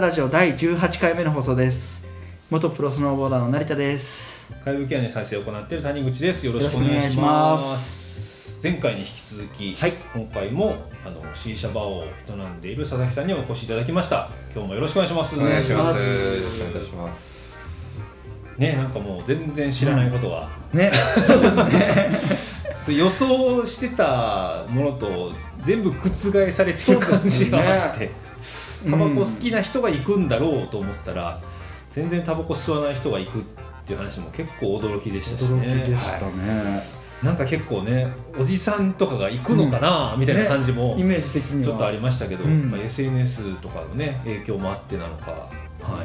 ラジオ第18回目の放送です元プロスノーボーダーの成田です怪物屋根再生を行っている谷口ですよろしくお願いします前回に引き続き、はい今回もあの C 社バーを営んでいる佐々木さんにお越しいただきました今日もよろしくお願いしますお願いしまおす。願いしますよろしくお願いします。ねなんかもう全然知らないことが、ねそうですね予想してたものと全部覆されてる感じがあって、うんタバコ好きな人が行くんだろうと思ってたら全然タバコ吸わない人が行くっていう話も結構驚きでしたしね驚きでしたね、なんか結構ねおじさんとかが行くのかな、みたいな感じもイメージ的にはちょっとありましたけど、うんまあ、SNS とかのね影響もあってなのか、は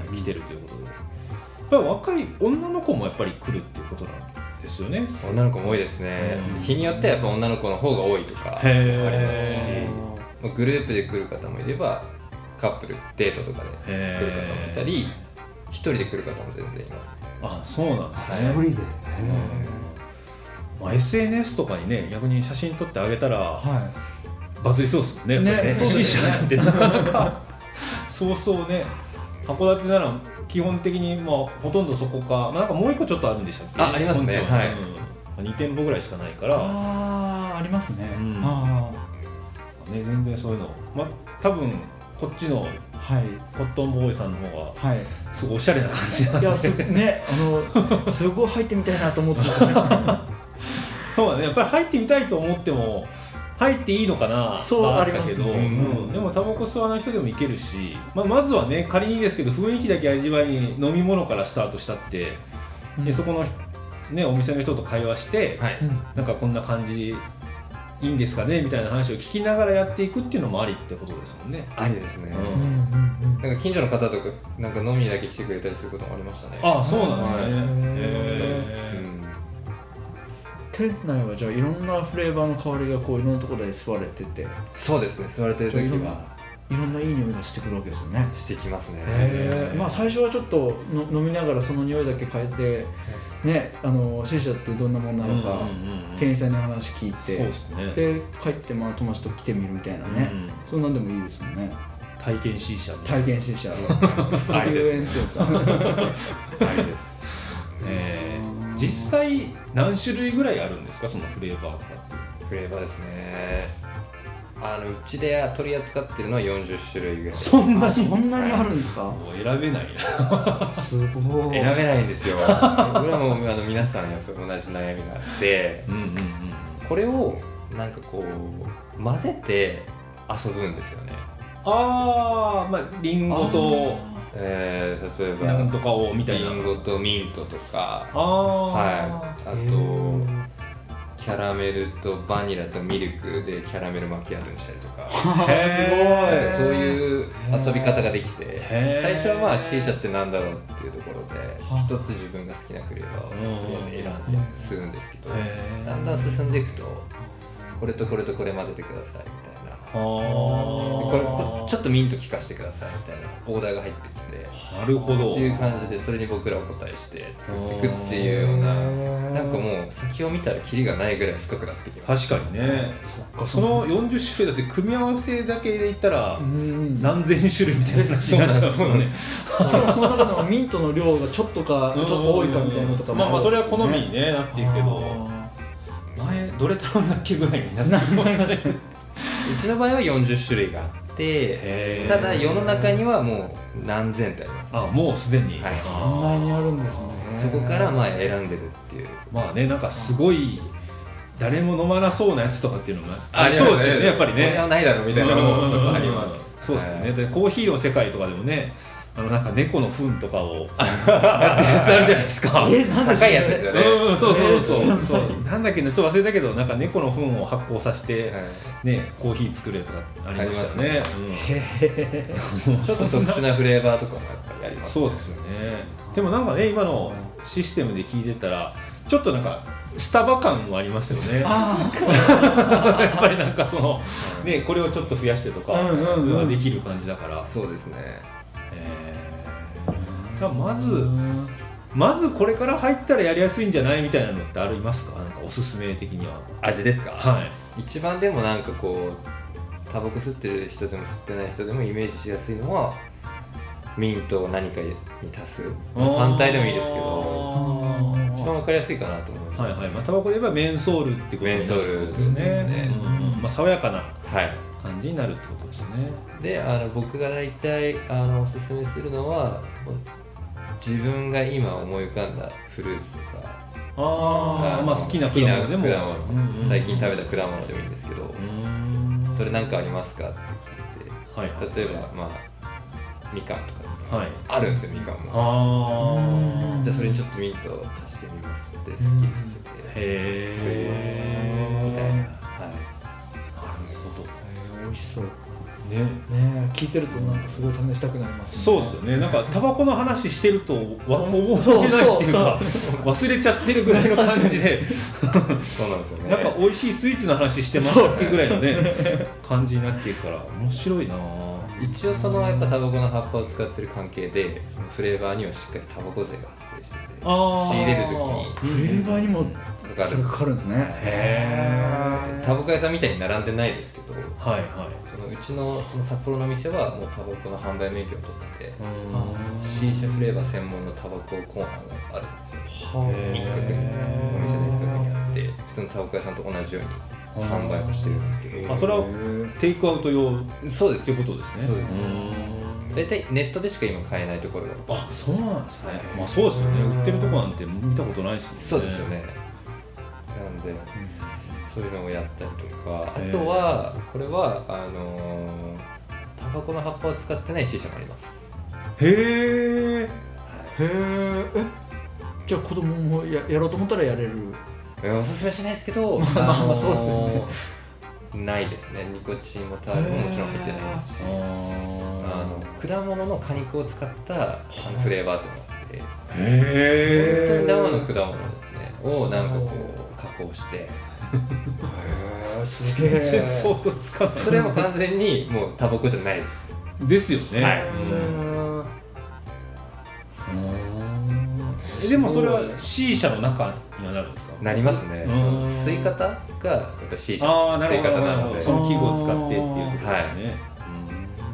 いうん来てるということでやっぱり若い女の子もやっぱり来るっていうことなんですよね。女の子も多いですねうん。日によってはやっぱ女の子の方が多いとか、へまあグループで来る方もいれば、カップルデートとかでーへ来ーる方もいたり、一人で来る方も全然います。あそうなんです一ね、人でまあ、SNS とかにね逆に写真撮ってあげたら、はバズりそうですもんねねやっぱりねそうだよね C 社なんてなかなかそうそうね函館なら基本的にまあほとんどそこか、まあ、なんかもう一個ちょっとあるんでしたっけあありますね本町はいうんまあ、2店舗ぐらいしかないかいらああありますね、うんあね、全然そういうの、まあ、多分こっちのあはいコットンボーイさんの方はいがすごいおしゃれな感じなんいでやすねあのすごい入ってみたいなと思って たそうだねやっぱり入ってみたいと思っても入っていいのかなそうはったけど、ありますねうんでもタバコ吸わない人でもいけるし、まあ、まずはね仮にですけど雰囲気だけ味わいに飲み物からスタートしたってでそこの、ね、お店の人と会話して、はいうんなんかこんな感じいいんですかねみたいな話を聞きながらやっていくっていうのもありってことですもんね。ありですうね。うんうんうんなんか近所の方とか、なんか飲みだけ来てくれたりすることもありましたね。あそうなんですね。はいへうーん店内はじゃあいろんなフレーバーの香りがこういろんなところで吸われてていそうですね、座れてる時はろんないい匂いがしてくるわけですよねしてきますね。へーまあ最初はちょっとの飲みながらその匂いだけ変えてねあの C 社ってどんなもんなのか、うんうんうん店員さんに話聞いそてうですねで帰ってまあ友達と来てみるみたいなね、うんそんなんでもいいですもんね体験 C 社みたい体験 C 社はありです園っていうんですかありです。なえー実際何種類ぐらいあるんですかそのフレーバーとかってフレーバーですねあのうちで取り扱ってるのは40種類ぐらいそん あそんなにあるんですかもう選べないなすごい選べないんですよこれはもうあの皆さんやっぱり同じ悩みがあってうんうんうんこれをなんかこう混ぜて遊ぶんですよね、ああまあリンゴとえー、例えばなんとかをみたいリンなゴとミントとあかあはいああとキャラメルとバニラとミルクでキャラメルマキアートにしたりとかあへーすそういう遊び方ができてへー最初はまあ C 社ってなんだろうっていうところでは一つ自分が好きなフレーバーをとりあえずうん選んで吸うんですけどへーだんだん進んでいくとこれとこれとこれ混ぜてくださいみたいなはこれこあちょっとミント効かしてくださいみたいなオーダーが入ってきてなるほどっていう感じでそれに僕らお答えして作っていくっていうようななんかもう先を見たらキリがないぐらい深くなってきます確かにねかその40種類だって組み合わせだけで言ったらうん何千種類みたいな話になっちゃうんですよねしかもその中でもミントの量がちょっとかちょっと多いかみたいなのとかもまあまあそれは好みねに、ね、なっていくけど前どれ頼んだっけぐらいになってきました ねうちの場合は40種類があってへーただ世の中にはもう何千体ありますあもうすでに、はいあーそんなにあるんですねそこからまあ選んでるっていうまあねなんかすごい誰も飲まなそうなやつとかっていうのもありりまそうすですよねやっぱりこれはねないだろうみたいなのうんもありますそうですよね、はいでコーヒーの世界とかでもねあのなんか猫の糞とかをやってるやつあるじゃないです かえなんです高いやつですよねうんうんそうそうそう、えーそうなんだっけなちょっと忘れたけどなんか猫の糞を発酵させて、はいねコーヒー作れとかありましたね ちょっと特殊なフレーバーとかもやっぱりありうんますそうっすよねでもなんかね今のシステムで聞いてたらちょっとなんかスタバ感もありますよね やあっぱりなんかそのねこれをちょっと増やしてとかうんうんうんができる感じだから、そうですねえーじゃあまあずまずこれから入ったらやりやすいんじゃないみたいなのってありますかなんかおすすめ的には味ですか、はい一番でもなんかこうタバコ吸ってる人でも吸ってない人でもイメージしやすいのはミントを何かに足す、まあ単体でもいいですけどあー一番わかりやすいかなと思います、はいはいまあ、タバコで言えばメンソールってことになるメンソールですねですねうんうんまあ、爽やかなはい感じになるってことですねであの僕が大体あのおすすめするのは自分が今思い浮かんだフルーツとかああのまあ好きな果物でも好きな果物うんうん最近食べた果物でもいいんですけどう、ーんそれなんかありますかって聞はいはいいて例えばまあみかんとかはいあるんですよみかんもああじゃあそれにちょっとミントを足してみますって好きさせてへそうえみたいな、なるほど美味しそうねね聞いてるとなんかすごい試したくなりますそうですよねなんかタバコの話してるとわもう忘れないっていうか 忘れちゃってるぐらいの感じではい、そうなんですよねなんか美味しいスイーツの話してましたっけぐらいのね感じになっていくから面白いなあ一応そのやっぱタバコの葉っぱを使ってる関係でそのフレーバーにはしっかりタバコ税が発生しててあー仕入れる時にフレーバーにもかかそれるかかるんですねへタバコ屋さんみたいに並んでないですけどはいはいそのうちのその札幌の店はもうタバコの販売免許を取っててうん新車フレーバー専門のタバココーナーがあるんですよは一角にお店の一角にあって普通のタバコ屋さんと同じように販売をしてるんですけあそれはテイクアウト用っどそうですてよことですねそうですうん大体ネットでしか今買えないところがあそうなんですはいねまあそうですよね売ってるとこなんて見たことないですもんねそうですよねなんでそういうのをやったりとかあとはこれはあのータバコの葉っぱを使ってない C 社もありますへえへーえじゃあ子供もややろうと思ったらやれるえおすすめしないですけ ど、まあまあまあそうですよねすねないですねニコチンもタールももちろん入ってないですしああのの果物の果肉を使ったあのフレーバーっていうのがあって本当へにえ生の果物ですねをなんかこう加工してへえすげ全然想像つかなそれも完全にもうタバコじゃないですいですよねはいうんえでもそれは C 社の中にはなるんですかなりますねうそんの吸い方がやっぱ C 社ああな吸るいほど方ななるのほでどそそうの器具を使ってっていうところですねで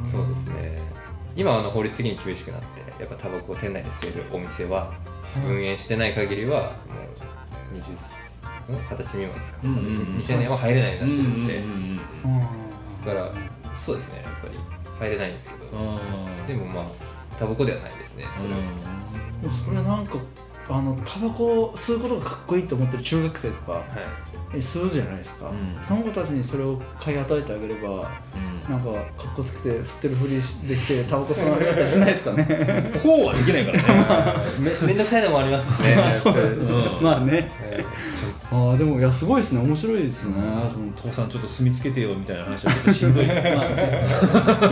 すね今あの法律的に厳しくなってやっぱタバコを店内で吸えるお店は分煙してない限りはもう20ん二十歳未満ですか、うんうんうん未成年は入れないよううんになってるんで、うんうんだからそうですねやっぱり入れないんですけど、うんでもまあタバコではないですねそれは、でもそれなんかあのタバコを吸うことがかっこいいと思ってる中学生とかはいえ吸うじゃないですか、うんその子たちにそれを買い与えてあげればなんかかっこつけて吸ってるふりしできてタバコ吸わなくなったりしないですかねこうはできないからねめめんどくさいのもあります しねそうですねうん まあねえああでもいやすごいですね面白いですね、本当父さんちょっと住みつけてよみたいな話はちょっとしんどいー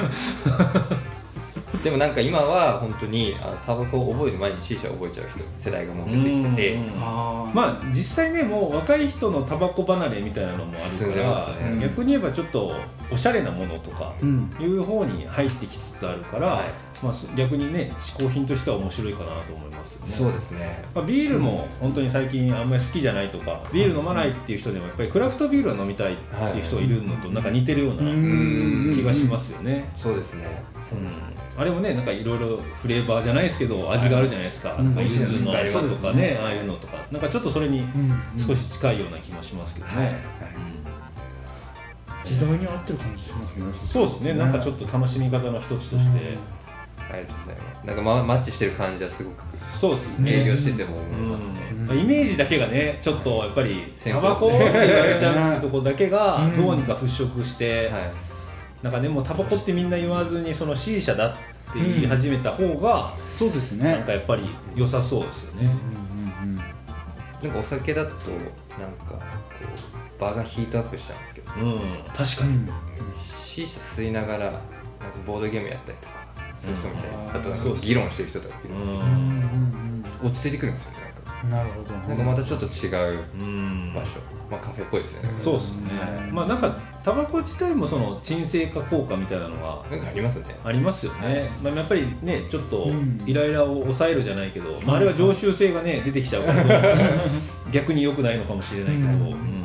でもなんか今は本当にあのタバコを覚える前に C 社を覚えちゃう人世代がもう出てきてて、うんうんああまあ実際ねもう若い人のタバコ離れみたいなのもあ進るんかでまら、すね逆に言えばちょっとおしゃれなものとかうんいう方に入ってきつつあるから、はいまあ、そ逆にね嗜好品としては面白いかなと思いますよねそうですねまあ、ビールも本当に最近あんまり好きじゃないとかビール飲まないっていう人でもやっぱりクラフトビールは飲みたいっていう人がいるのとなんか似てるような気がしますすよね、そうですねうんあれもねなんかいろいろフレーバーじゃないですけど味があるじゃないですかうんなんか柚子の味とそうかですねねああいうのとかなんかちょっとそれに少し近いような気もしますけどはい、はいね、うん時代に合ってる感じしますねそうですねなんかちょっと楽しみ方の一つとして、ありがとうございますなんか、ま、マッチしてる感じはすごくそうですね営業してても思いますね、うんイメージだけがねちょっとやっぱり先行タバコって言われちゃうってとこだけがうんどうにか払拭して、はいなんかねもうタバコってみんな言わずにその C 社だって言い始めた方がそうですなんねかやっぱり良さそうですよね、うんうんうんなんかお酒だとなんかこう場がヒートアップしちゃうんですけどうん確かうに、ん C 社吸いながらなんかボードゲームやったりとかそういう人みたいうんなあとなんそうかそう議論してる人とかいるんですようんうん落ち着いてくるんですよねなんかうんなるほどなんかまたちょっと違ううん場所、まあ、カフェっぽいですよねそうですね、うんまあなんかタバコ自体もその鎮静化効果みたいなのがなんかありますねありますよね、まあ、やっぱりねちょっとうんイライラを抑えるじゃないけど、まあ、あれは常習性がね出てきちゃうから逆に良くないのかもしれないうけど、んうん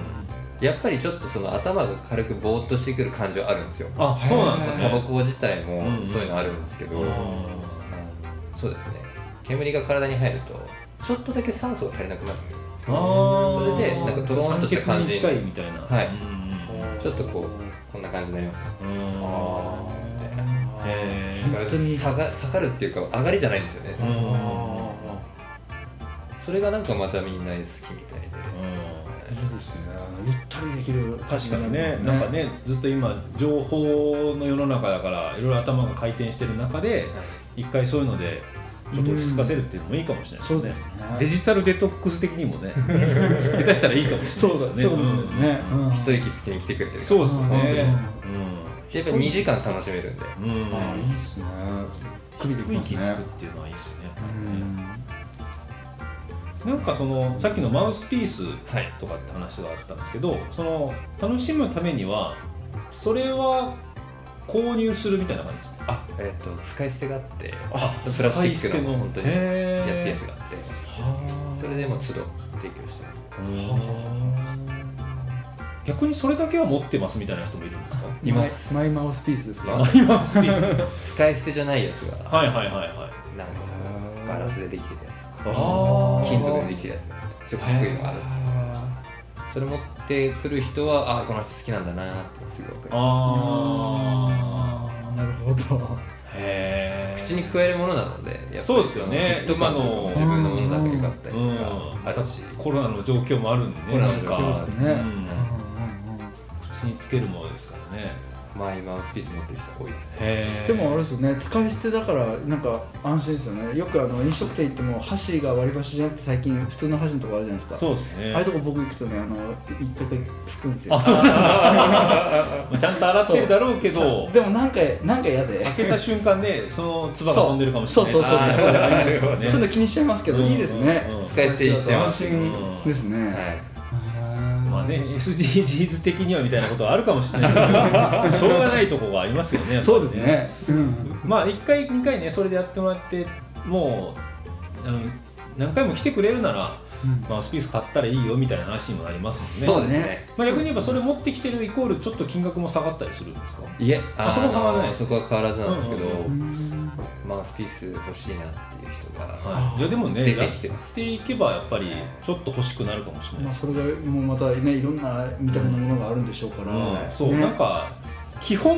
やっぱりちょっとその頭が軽くぼーっとしてくる感じはあるんですよあそうなんですねタバコ自体もうんうんそういうのあるんですけど、うんあそうですね煙が体に入るとちょっとだけ酸素が足りなくなるんですよあーそれでなんかドローンとした感じ酸欠に近いみたいなはいうんちょっとこうこんな感じになりますねうんあーへ本当に下が下がるっていうか上がりじゃないんですよね、うんそれがなんかまたみんな好きみたいで、ういいですねゆったりできるん確かにねなんかねずっと今情報の世の中だからいろいろ頭が回転してる中で一回そういうのでちょっと落ち着かせるっていうのもいいかもしれないですそうですねデジタルデトックス的にもね下手したらいいかもしれそなういだでそうすよですねねうんうん一息つきに来てくれてるそうです本当にねやっぱ2時間楽しめるんでうんうんああいいっすね首でき雰囲ます気ねつくっていうのはいいですねうんなんかそのさっきのマウスピースはいとかって話があったんですけどその楽しむためにはそれは購入するみたいな感じですかあえっ、と使い捨てがあってあプラスチックの本当に安安いやつがあってそれでもう都度提供してます逆にそれだけは持ってますみたいな人もいるんですか今マイマイマウスピースですかマイマウスピース使い捨てじゃないやつがはいはいはいはいなんかこうガラスでできてるやつあー金属でできてるやつちょっとかっこいいのがあるんですそれ持ってくる人はあーこの人好きなんだなってすごくああなるほどあへえ口に加えるものなのでやっぱりそうですよねフィット感とかも自分のものだけがあったりうとんかあまたるしコロナの状況もあるんでコねロナなのん状か況そうですねうんうんうんうん口につけるものですからねマイマウスピース持ってる人多いですねへえでもあれですよね使い捨てだからなんか安心ですよねよくあの飲食店行っても箸が割り箸じゃなくて最近普通の箸のとこあるじゃないですかそうですねああいうとこ僕行くとねあの一回拭くんですよ あそうなんだまあちゃんと洗ってるだろうけどでもなんかなんか嫌で開けた瞬間ねその唾が飛んでるかもしれないそうそうそうそうあーありますよねそういうの気にしちゃいますけど、うんいいですね、うん使い捨てにしてま安す心ですね、はいまあね、SDGs 的にはみたいなことはあるかもしれない けどしょうがないとこがありますよねやっぱりそうですね、うん、まあ1回2回ねそれでやってもらってもうあの何回も来てくれるなら、まあ、スピース買ったらいいよみたいな話にもなりますもんねそうですねまあ、逆に言えばそれ持ってきてるイコールちょっと金額も下がったりするんですかいえあそこは変わらないあのそこは変わらずなんですけど、うんうんうんマウスピース欲しいなっていう人が、はい、いやでもね出てきてやまっていけばやっぱりちょっと欲しくなるかもしれまないあ、です、それがもうまたねいろんな見た目のものがあるんでしょうから、うんそう、ねなんか基本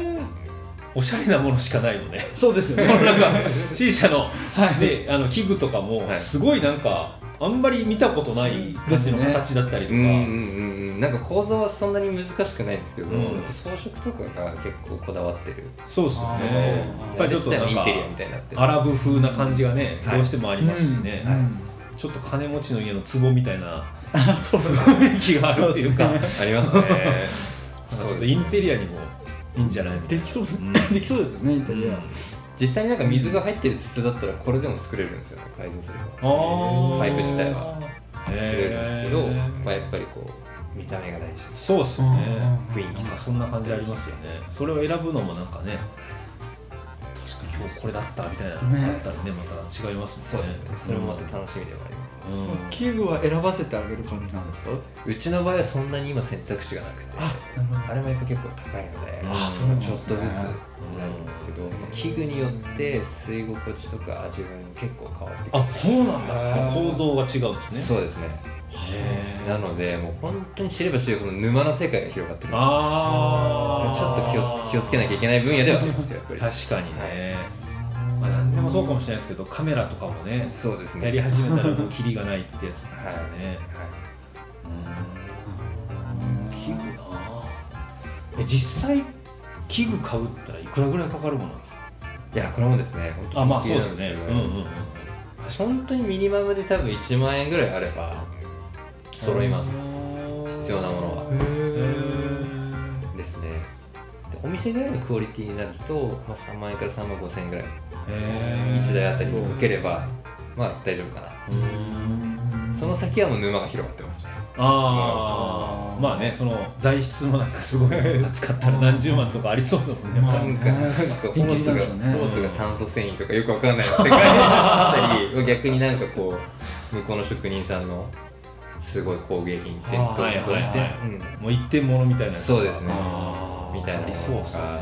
おしゃれなものしかないのね そうですよそのねなんか C 社のはいであの器具とかもはいすごいなんかあんまり見たことない感じのですね形だったりとうか、んうんうんうんなんか構造はそんなに難しくないんですけど、うんやっぱ装飾とかが結構こだわってる、そうですよねあーやっぱりちょっとなイんンかテリアみたいになってるアラブ風な感じがね、はいどうしてもありますしね、うんうんちょっと金持ちの家の壺みたいな雰囲気があるっていうかあります ねなんかちょっとインテリアにもいいんじゃないみたいでなきそうです、んできそうですよねイタリア、実際になんか水が入ってる筒だったらこれでも作れるんですよね改造すれあばーパイプ自体は作れるんですけど、へーまあ、やっぱりこう見た目が大事そうっすよねうん雰囲気なんかそんな感じありますよねそれを選ぶのもなんかね確かに今日これだったみたいなのねだったらねまた違いますそもうんでねすねそれもまた楽しみではあります、うん器具は選ばせてあげる感じなんですかうちの場合はそんなに今選択肢がなくてあなるほれもやっぱ結構高いのであそうなんでちすょねっとずつになるんですけど、まあ器具によって吸い心地とか味わいも結構変わってくるあそうなんだへー構造が違うんですねそうですねへーなのでもう本当に知れば知るほど沼の世界が広がってくるあちょっと気を気をつけなきゃいけないない分野ではありますよやっぱり確かにね、まあ、何でもそうかもしれないですけどカメラとかもねそうですねやり始めたらもうキリがないってやつなんですよね、はい器具なあえ実際器具買うったらいくらぐらいかかるものなんですかいやこれもですね本当にあまあそうですねうんうんうん本当にミニマムで多分1万円ぐらいあれば揃います必要なものはどへへーですねでお店ぐらいのクオリティになると、まあ、3万円から3万5千円ぐらいへー1台あたりにかければまあ大丈夫かなーその先はもう沼が広がってますねああまあねその材質のなんかす ごいものが使ったら何十万とかありそうだもんねやっぱなりんねかなんかホースがホースが炭素繊維とかよくわかんない世界にあったり 逆になんかこう向こうの職人さんのすごい工芸品ってあーはいはいはいうんもう一点物みたいなやつとかそうですねあーみたいなありそうっすよねは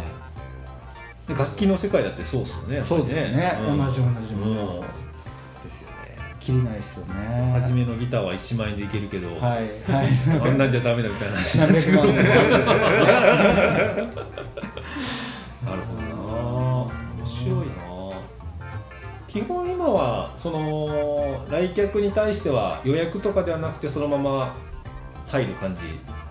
いで楽器の世界だってそうですよねやっぱりそうですねん同じ同じうんですよね切りないですよね初めのギターは1万円でいけるけど、はいはいあんなんじゃダメだみたいな話になってく300る万なるほどな面白いな基本今はその来客に対しては予約とかではなくてそのまま入る感じ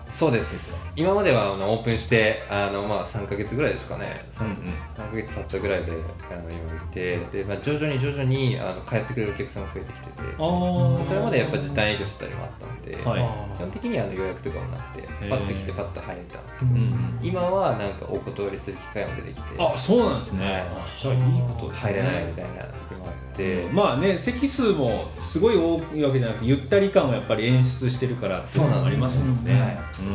そうです今まではあのオープンしてあの、まあ、3ヶ月ぐらいですかねうん 3, ヶ月経ったぐらいであの今いてで、まあ、徐々に徐々にあの通ってくれるお客さんが増えてきててああそれまでやっぱ時短営業してたりもあったので、はい基本的にあの予約とかもなくてーパッと来てパッと入れたんですけど、うん今はなんかお断りする機会も出てきてあそうなんですねはじゃあいいことですね入れないみたいな時もあって、うんまあね席数もすごい多いわけじゃなくてゆったり感をやっぱり演出してるからっていそううのなもんあですりますもんねうんはいうん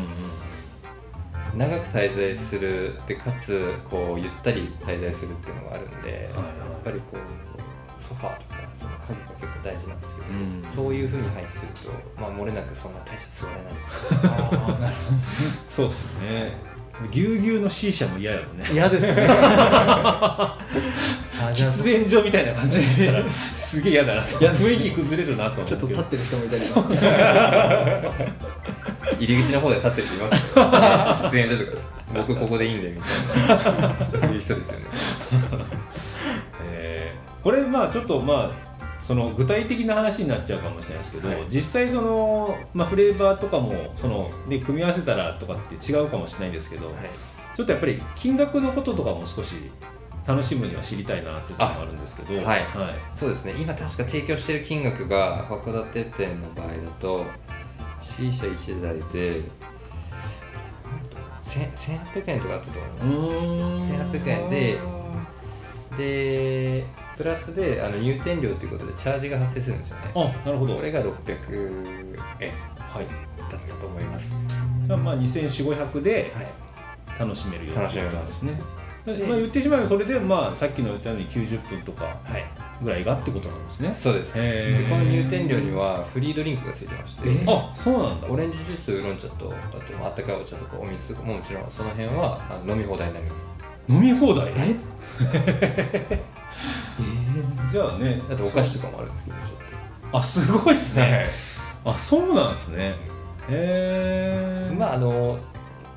うん長く滞在するでかつこうゆったり滞在するっていうのがあるんで、やっぱりこうソファーとかその家具が結構大事なんですけど、うんそういうふうに配置すると、まあ、漏れなくそんな大した座れないあー なるほそうですよねぎゅうぎゅうの C 社も嫌やもんねど嫌ですねあ じゃあ喫煙所みたいな感じでしたらすげえ嫌だなと雰囲気崩れるなとちょっ思とうけ立どってる人もいたりとか入り口の方で立ってる人いますよ 喫煙所とか僕ここでいいんでみたいなそういう人ですよねえーこれまあちょっとまあその具体的な話になっちゃうかもしれないですけど、はい実際その、まあ、フレーバーとかもその、ね、組み合わせたらとかって違うかもしれないですけど、はいちょっとやっぱり金額のこととかも少し楽しむには知りたいなっていうところもあるんですけどあはいそうですね今確か提供してる金額が函館店の場合だと C 社1台で1000 1800円とかあったと思いまうすーん1800円ででプラスであの入店料ということでチャージが発生するんですよねあなるほどこれが600円はいだったと思いますじゃあまあ2400500ではい楽しめるよう楽しめるなんですねまあで言ってしまえばそれでまあさっきの言ったように90分とかはいぐらいがってことなんですねそうですへでーこの入店料にはフリードリンクがついてまして、えーあそうなんだオレンジジュースとウーロン茶とあとあったかいお茶とかお水とかももちろんその辺はあの飲み放題になります飲み放題 えじゃあねあとお菓子とかもあるんですけどちょっあすごいですとねあそうなんですねへえまああの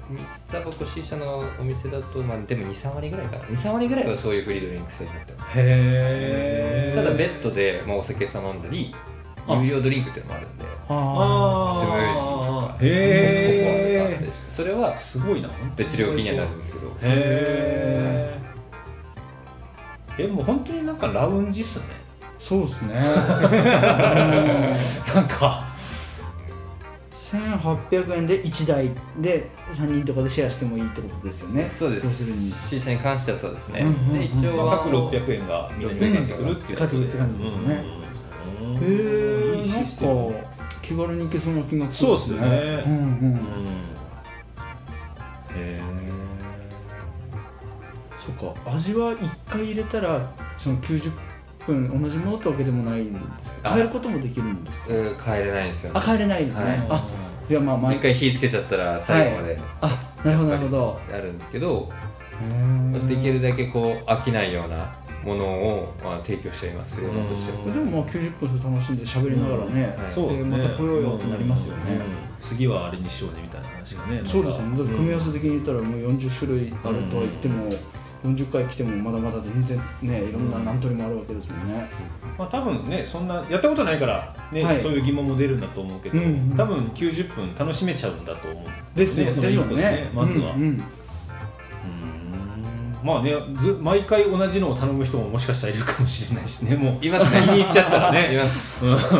水タバコ C 社のお店だと、まあ、でも23割ぐらいかな23割ぐらいはそういうフリードリンク制になってますへえただベッドで、まあ、お酒頼んだりあ有料ドリンクっていうのもあるんでああースムージーとかココアとかあったへりしてそれはえすごいな別料金にはなるんですけどへええもう本当になんかラウンジっすねーそうですねなんか1800円で1台で3人とかでシェアしてもいいってことですよねそうで要するにす C 社に関してはそうですね、うんうんうんで一応は各600円がみんなにかかってくるっていうこかかとってくるって感じですねうんへえいいなんシステムか気軽に行けそうな金額そうっすねうんうん、うんへそっか味は1回入れたらその90分同じものってわけでもないんですかあ変えることもできるんですかうん帰れないんですよ、あね、変えれないですね、はいあいやまあもう一毎回回火つけちゃったら最後まで、あなるほどなやるほっぱりどあるんですけど、へーできるだけこう飽きないようなものを、まあ、提供していますフレーバーとしてはでうもまあ90分それ楽しんで喋りながらね、うんはいそうでまた来ようよってなりますよねうん次はあれにしようねみたいな話がねそうですよねだって組み合わせせ的に言ったらもう40種類あるとは言っても、40回来てもまだまだ全然ねいろんな何通りもあるわけですもんね、まあ多分ねそんなやったことないからね、はいそういう疑問も出るんだと思うけど、うんうん多分90分楽しめちゃうんだと思うですよねそので一しょ個うでねまずは、うんうんうんまあねず毎回同じのを頼む人ももしかしたらいるかもしれないしねもういますね気に入っちゃったらねいま すうんなんか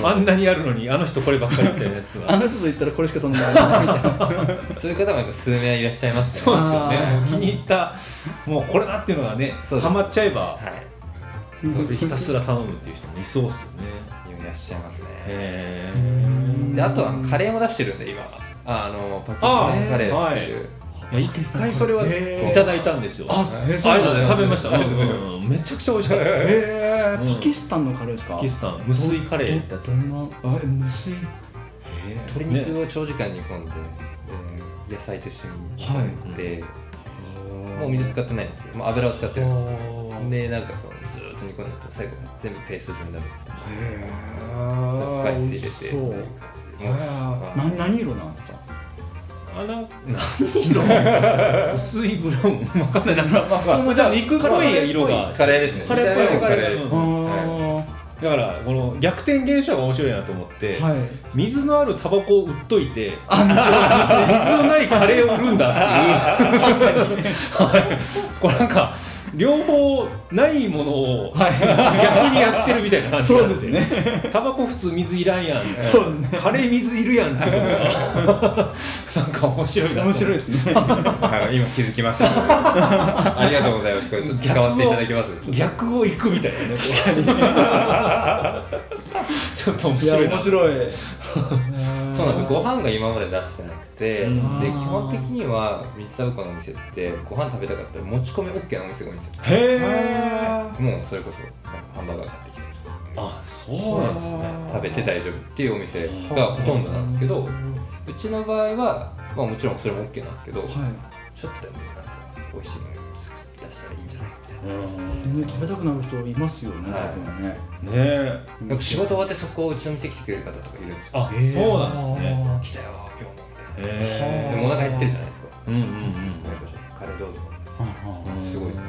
もあんなにあるのにあの人こればっかりみたいなやつあはの人と言ったらこれしか頼んでないなみたいなうそういう方もやっぱ数名いらっしゃいますそねうですよねあーもう気に入ったもうこれだっていうのがねそうですハマっちゃえばはいそれひたすら頼むっていう人もいそうっすよねいらっしゃいますねへうんえであとはあのカレーも出してるんで今あのパッケージのカレーっていう一回それはへーいただいたんですよああへりーがとうございます食べましあたりうがとうございますんうんめちゃくちゃ美味しかったパ えうー、んパキスタンのカレーですかキスタン無水カレーってやつどどんなあえ無水へえ鶏肉を長時間煮込んでで野菜と一緒にはいであもう水使ってないんですけど、まあ、油を使ってるんですへでなんかそのずーっと煮込んでると最後全部ペースト状になるんですよへそれスパイス入れてってそいうう感じでもうなは何い何色なんですかあら何色薄いブラウン分かんないな普通のじゃあ肉っぽいカ色レーがカレーですねカレーっぽいイタリアのカレーですうあんーだからこの逆転現象が面白いなと思って、はい水のあるタバコを売っといて水水のないカレーを売るんだっていう確かに、はいこれなんか両方ないものを逆にやってるみたいな感じそなうんでですすよねタバコ普通水いらんやんそうねカレー水いるやんっていうのがなんか面白いなと思面って白いですねはい今気づきましたありがとうございますこれちょっと使わせていただきます逆を行くみたいなね確かにちょっと面いや白いな面白いそうなんですご飯が今まで出してなくて、うんで基本的には水沢湖のお店ってご飯食べたかったら持ち込み OK なお店が多いんですよへへえもうそれこそなんかハンバーガー買ってきてあそうなんですね食べて大丈夫っていうお店がほとんどなんですけどうちの場合は、まあ、もちろんそれも OK なんですけど、はちょっとでもなんか美味しいの作り出したらいいんじゃないみたいいな。ね食べたくなる人いますよねはい多分ねねえなんか仕事終わってそこをうちの店来てくれる方とかいるんですよ。あえーそうなんですね来たよ今日もみたいへな。えでもお腹減ってるじゃないですか。うんうんなんかちょっとカレーどうぞ。うんうんすごい。うん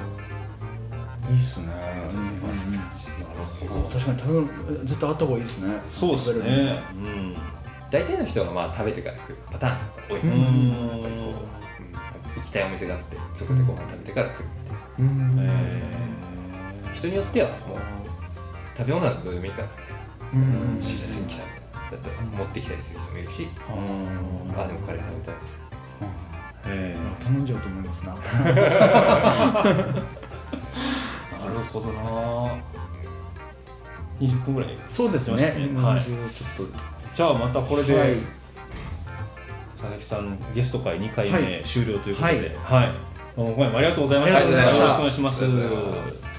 いいっすねうんあ確かに食べる絶対あった方がいいですねそうっす食べれるねうん大体の人がまあ食べてから来るパターンがやっぱ多いうんですよ。やっんぱりこううんなんか行きたいお店があってそこでご飯食べてから来るみたいうんな。人によってはもう食べ物なんてどうでもいいからみたいな。うんシーザースに来たみたいな。だったら持ってきたりする人もいるし、うんあでもカレー食べたい。へうん頼んじゃうと思いますなえなるほどな20分ぐらいそうですそうでねすね今はい一応ちょっじゃあまたこれとはいで佐々木さんゲスト会2回目、はい終了ということで、はい、どうも今夜もありがとうございました。ありがとうございましたよろしくお願いします。